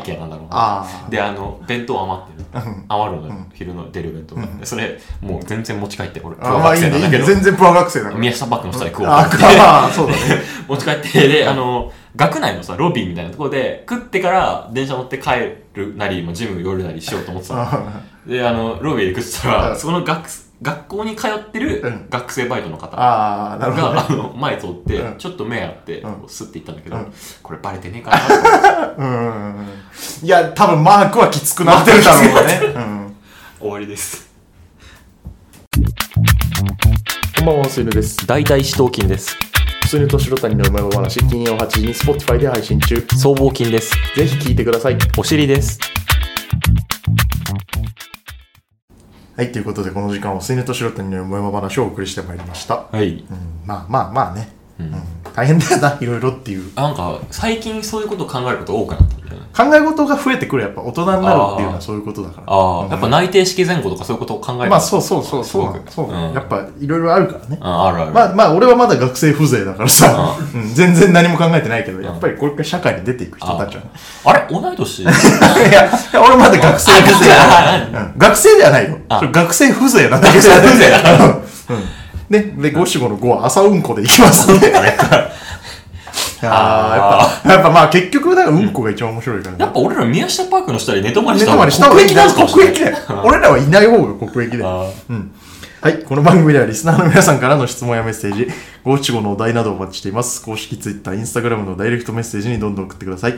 Speaker 2: 景なんだろうな
Speaker 1: ああ
Speaker 2: であの弁当余ってる
Speaker 1: うん
Speaker 2: 余るのよ、
Speaker 1: うん
Speaker 2: 昼の出る弁当が、でそれもう全然持ち帰って俺プ
Speaker 1: あま
Speaker 2: ア
Speaker 1: あ
Speaker 2: 学
Speaker 1: いい
Speaker 2: 生
Speaker 1: んだ、
Speaker 2: ないん
Speaker 1: い
Speaker 2: だ
Speaker 1: ん
Speaker 2: け
Speaker 1: だ。
Speaker 2: ど
Speaker 1: 全然プロ学生だから。
Speaker 2: 宮下バッグの下で食おう
Speaker 1: あ
Speaker 2: かって、
Speaker 1: あ、そうだね。
Speaker 2: 持ち帰ってであの学内のさロビーみたいなところで食ってから電車乗って帰るなりもうジム寄るなりしようと思ってたの
Speaker 1: あ
Speaker 2: であのロビーで食ってた
Speaker 1: う
Speaker 2: ら
Speaker 1: ん
Speaker 2: そこの学学校に通って
Speaker 1: う
Speaker 2: る
Speaker 1: ん
Speaker 2: 学生バイトの方が、
Speaker 1: あ、なるほどね。
Speaker 2: あの前通って、
Speaker 1: うん
Speaker 2: ちょっと目合って、
Speaker 1: うん
Speaker 2: こうスッて行ったんだけど、
Speaker 1: うん
Speaker 2: これバレてねえかなと
Speaker 1: *laughs*
Speaker 2: 思って
Speaker 1: うん。いや、多分マークはきつくなってるだろうね。
Speaker 2: *laughs*
Speaker 1: うん。
Speaker 2: 終わりです
Speaker 1: こんばんは、すいぬです。
Speaker 2: 大体四頭筋です
Speaker 1: すいぬと白谷のうまい話、金曜8時に Spotify で配信中。ぜ
Speaker 2: 僧帽筋です
Speaker 1: ひ聞いてください。
Speaker 2: お尻です
Speaker 1: はい、ということで、この時間はすいぬと白谷のうまい話をお送りしてまいりました。
Speaker 2: はい
Speaker 1: うん、まあまあまあね。
Speaker 2: うん
Speaker 1: うん、大変だよな、いろいろっていう。
Speaker 2: なんか最近そういうことを考えること多くなったんだよね
Speaker 1: 考え事が増えてくる、やっぱ大人になるっていうのはそういうことだから。
Speaker 2: ああ、
Speaker 1: うん
Speaker 2: やっぱ内定式前後とかそういうことを考える
Speaker 1: まあそうそうそうそうな
Speaker 2: すご
Speaker 1: の
Speaker 2: く
Speaker 1: そうなの、
Speaker 2: うん
Speaker 1: やっぱいろいろあるからね。
Speaker 2: ああるある、
Speaker 1: まあまあ俺はまだ学生風情だからさ、うん、全然何も考えてないけど、やっぱりこれから社会に出ていく人たちはね。
Speaker 2: あれ同い年
Speaker 1: いや、いや俺まだ学生風情
Speaker 2: あ
Speaker 1: だ、うん、学生ではないよ。
Speaker 2: あ
Speaker 1: それ学生風情なんだけど。
Speaker 2: 学生風情だ
Speaker 1: うんうん。ね、で、五七五の五は朝うんこでいきますね。 *laughs* ああ、やっぱ、やっぱまあ結局、だからうんこが一番面白いから
Speaker 2: *laughs* や
Speaker 1: ね
Speaker 2: っ。ぱ俺ら宮下パークの下で寝泊まり
Speaker 1: 寝
Speaker 2: した
Speaker 1: 泊まりした方がいい
Speaker 2: 国益
Speaker 1: ん
Speaker 2: な
Speaker 1: だ
Speaker 2: んかもし
Speaker 1: 国
Speaker 2: れない
Speaker 1: 益だよ。俺らはいない方が国益だ
Speaker 2: あ
Speaker 1: よ。
Speaker 2: ー
Speaker 1: うん。はい。この番組ではリスナーの皆さんからの質問やメッセージ、五七五のお題などをお待ちしています。公式 Twitter、Instagram のダイレクトメッセージにどんどん送ってください。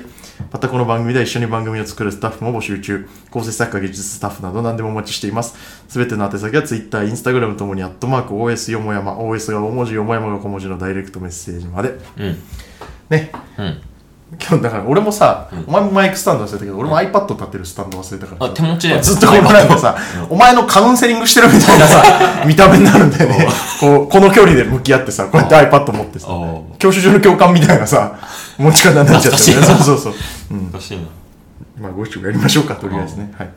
Speaker 1: またこの番組では一緒に番組を作るスタッフも募集中。構成作家、技術スタッフなど何でもお待ちしています。すべての宛先は Twitter、Instagram ともに、アットマーク OS よもやま、OS が大文字、よもやまが小文字のダイレクトメッセージまで。
Speaker 2: うん
Speaker 1: ね。
Speaker 2: うん
Speaker 1: 今日だから俺もさ、お前もマイクスタンド忘れたけど、俺も iPad 立てるスタンド忘れたから
Speaker 2: あ
Speaker 1: さ
Speaker 2: 手持ちで
Speaker 1: ずっとこうなんかさ、お前のカウンセリングしてるみたいな *laughs* さ、見た目になるんだよね。こう、この距離で向き合ってさ、こうやって iPad 持ってさ
Speaker 2: あー、
Speaker 1: 教習所の教官みたいなさ、持ち方になっちゃってるね。 *laughs*
Speaker 2: 懐かしい
Speaker 1: そう
Speaker 2: な
Speaker 1: そうそう。うん。
Speaker 2: おかしいな
Speaker 1: まあ、ご一緒やりましょうか、とりあえずね。はい。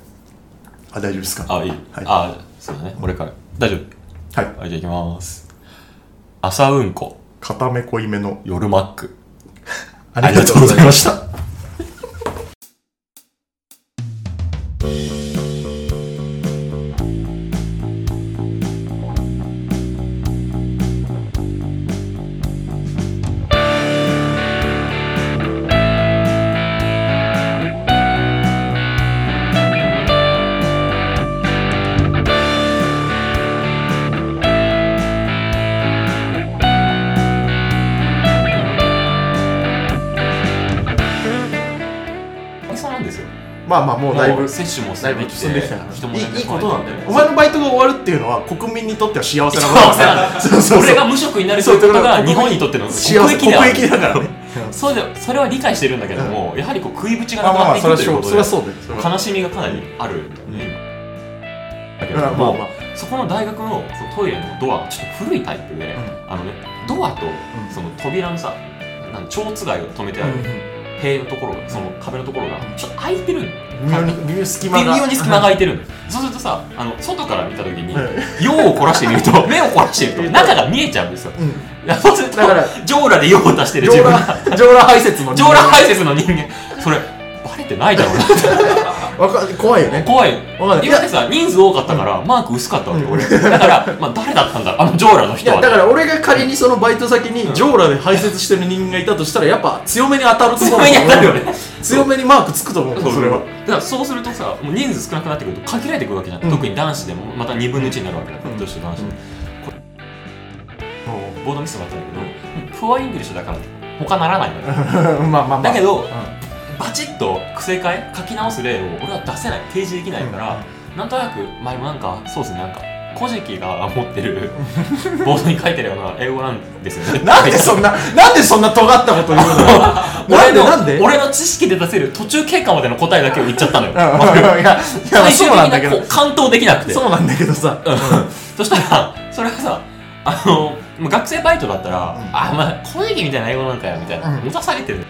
Speaker 1: あ、大丈夫ですか
Speaker 2: あいい、
Speaker 1: はい
Speaker 2: あそうだね俺から大丈
Speaker 1: はい
Speaker 2: 夫。はいじゃあ行きます朝うんこ
Speaker 1: 片目濃いめの。
Speaker 2: 夜マック
Speaker 1: あ。
Speaker 2: りがとうございましたそうなんですよ
Speaker 1: まあまあ、もうだい
Speaker 2: も
Speaker 1: ぶ
Speaker 2: う。接種も
Speaker 1: だい
Speaker 2: 進
Speaker 1: ぶ
Speaker 2: んでき
Speaker 1: 進んできたから
Speaker 2: て人も
Speaker 1: いい
Speaker 2: 全然
Speaker 1: いいことなんだよ
Speaker 2: 来い
Speaker 1: お前のバイトが終わるっていうのは国民にとっては幸せなことだからそうそうそう
Speaker 2: 俺が無職になるということが日本にとっての
Speaker 1: 幸
Speaker 2: 国
Speaker 1: せ
Speaker 2: 益であ
Speaker 1: 国
Speaker 2: る
Speaker 1: 益だからね
Speaker 2: そうでそれは理解してるんだけども、やはりこう食いぶち
Speaker 1: *laughs*
Speaker 2: が
Speaker 1: まあ
Speaker 2: なく
Speaker 1: まあ
Speaker 2: な
Speaker 1: ま
Speaker 2: っ
Speaker 1: あ
Speaker 2: てい
Speaker 1: それ
Speaker 2: く
Speaker 1: はそそれ
Speaker 2: ということで
Speaker 1: はそうだよそれは
Speaker 2: 悲しみがかなりあるんだよね、今だけど
Speaker 1: まあ
Speaker 2: もう
Speaker 1: まあ
Speaker 2: そこの大学のそのトイレのドアちょっと古いタイプで、
Speaker 1: ん
Speaker 2: あのねドアと
Speaker 1: ん
Speaker 2: その扉のさなん蝶つがいを止めてある塀のところがその壁のところがちょっと開いてるの
Speaker 1: 微妙に微妙に隙間
Speaker 2: 微
Speaker 1: が
Speaker 2: 妙に隙間が空いてるのそうするとさあの外から見た時に
Speaker 1: うん *laughs*
Speaker 2: 用を凝らしてみると目を凝らしてみると中が見えちゃうんですよ
Speaker 1: うん
Speaker 2: いやそうすると
Speaker 1: だから
Speaker 2: *laughs* ジョーラで用を足してる
Speaker 1: 上
Speaker 2: 自分
Speaker 1: 裸上裸排泄の
Speaker 2: ジョーラ排泄の人間それバレてないだろうな
Speaker 1: わか怖いよね
Speaker 2: 怖い
Speaker 1: わかんない
Speaker 2: 今までさ人数多かったからマーク薄かったわけ俺だからまあ誰だったんだろうあのジョーラの
Speaker 1: い
Speaker 2: 人
Speaker 1: や
Speaker 2: は
Speaker 1: だから俺が仮にそのバイト先に上裸で排泄してる人間がいたとしたらやっぱ強めに当たると思う
Speaker 2: 強めに当たるよね
Speaker 1: 強めにマークつくと思う
Speaker 2: そう
Speaker 1: それは
Speaker 2: だからそうするとさもう人数少なくなってくると限られてくるわけじゃん、
Speaker 1: うん
Speaker 2: 特に男子でもまた2分の1になるわけだから、
Speaker 1: うん
Speaker 2: 女子と男子で、
Speaker 1: うんも
Speaker 2: ボードミスもあったんだけどプアイングリッシュだから他ならないのよ
Speaker 1: うまあまあまあ
Speaker 2: だけど
Speaker 1: うん
Speaker 2: バチッと癖変え書き直す例を俺は出せない提示できないから、なんとなく前もなんかそうですねなんか古事記が持ってるボードに書いてるような英語なんですよね
Speaker 1: *laughs* なんでそんななんでそんな尖ったこと言う *laughs* のなん
Speaker 2: 俺
Speaker 1: で
Speaker 2: の
Speaker 1: なんで。
Speaker 2: 俺の知識で出せる途中経過までの答えだけを言っちゃったのよ
Speaker 1: *laughs* いやいや
Speaker 2: 最終
Speaker 1: そうなんだけ
Speaker 2: 的に
Speaker 1: ど
Speaker 2: こう完登できなくて。
Speaker 1: そうなんだけどさ
Speaker 2: そしたら、それはさ、あの、もう学生バイトだったら、
Speaker 1: うん
Speaker 2: あ、まあ、小ネギみたいな英語なんかよ、みたいな。
Speaker 1: うん
Speaker 2: もたされてる。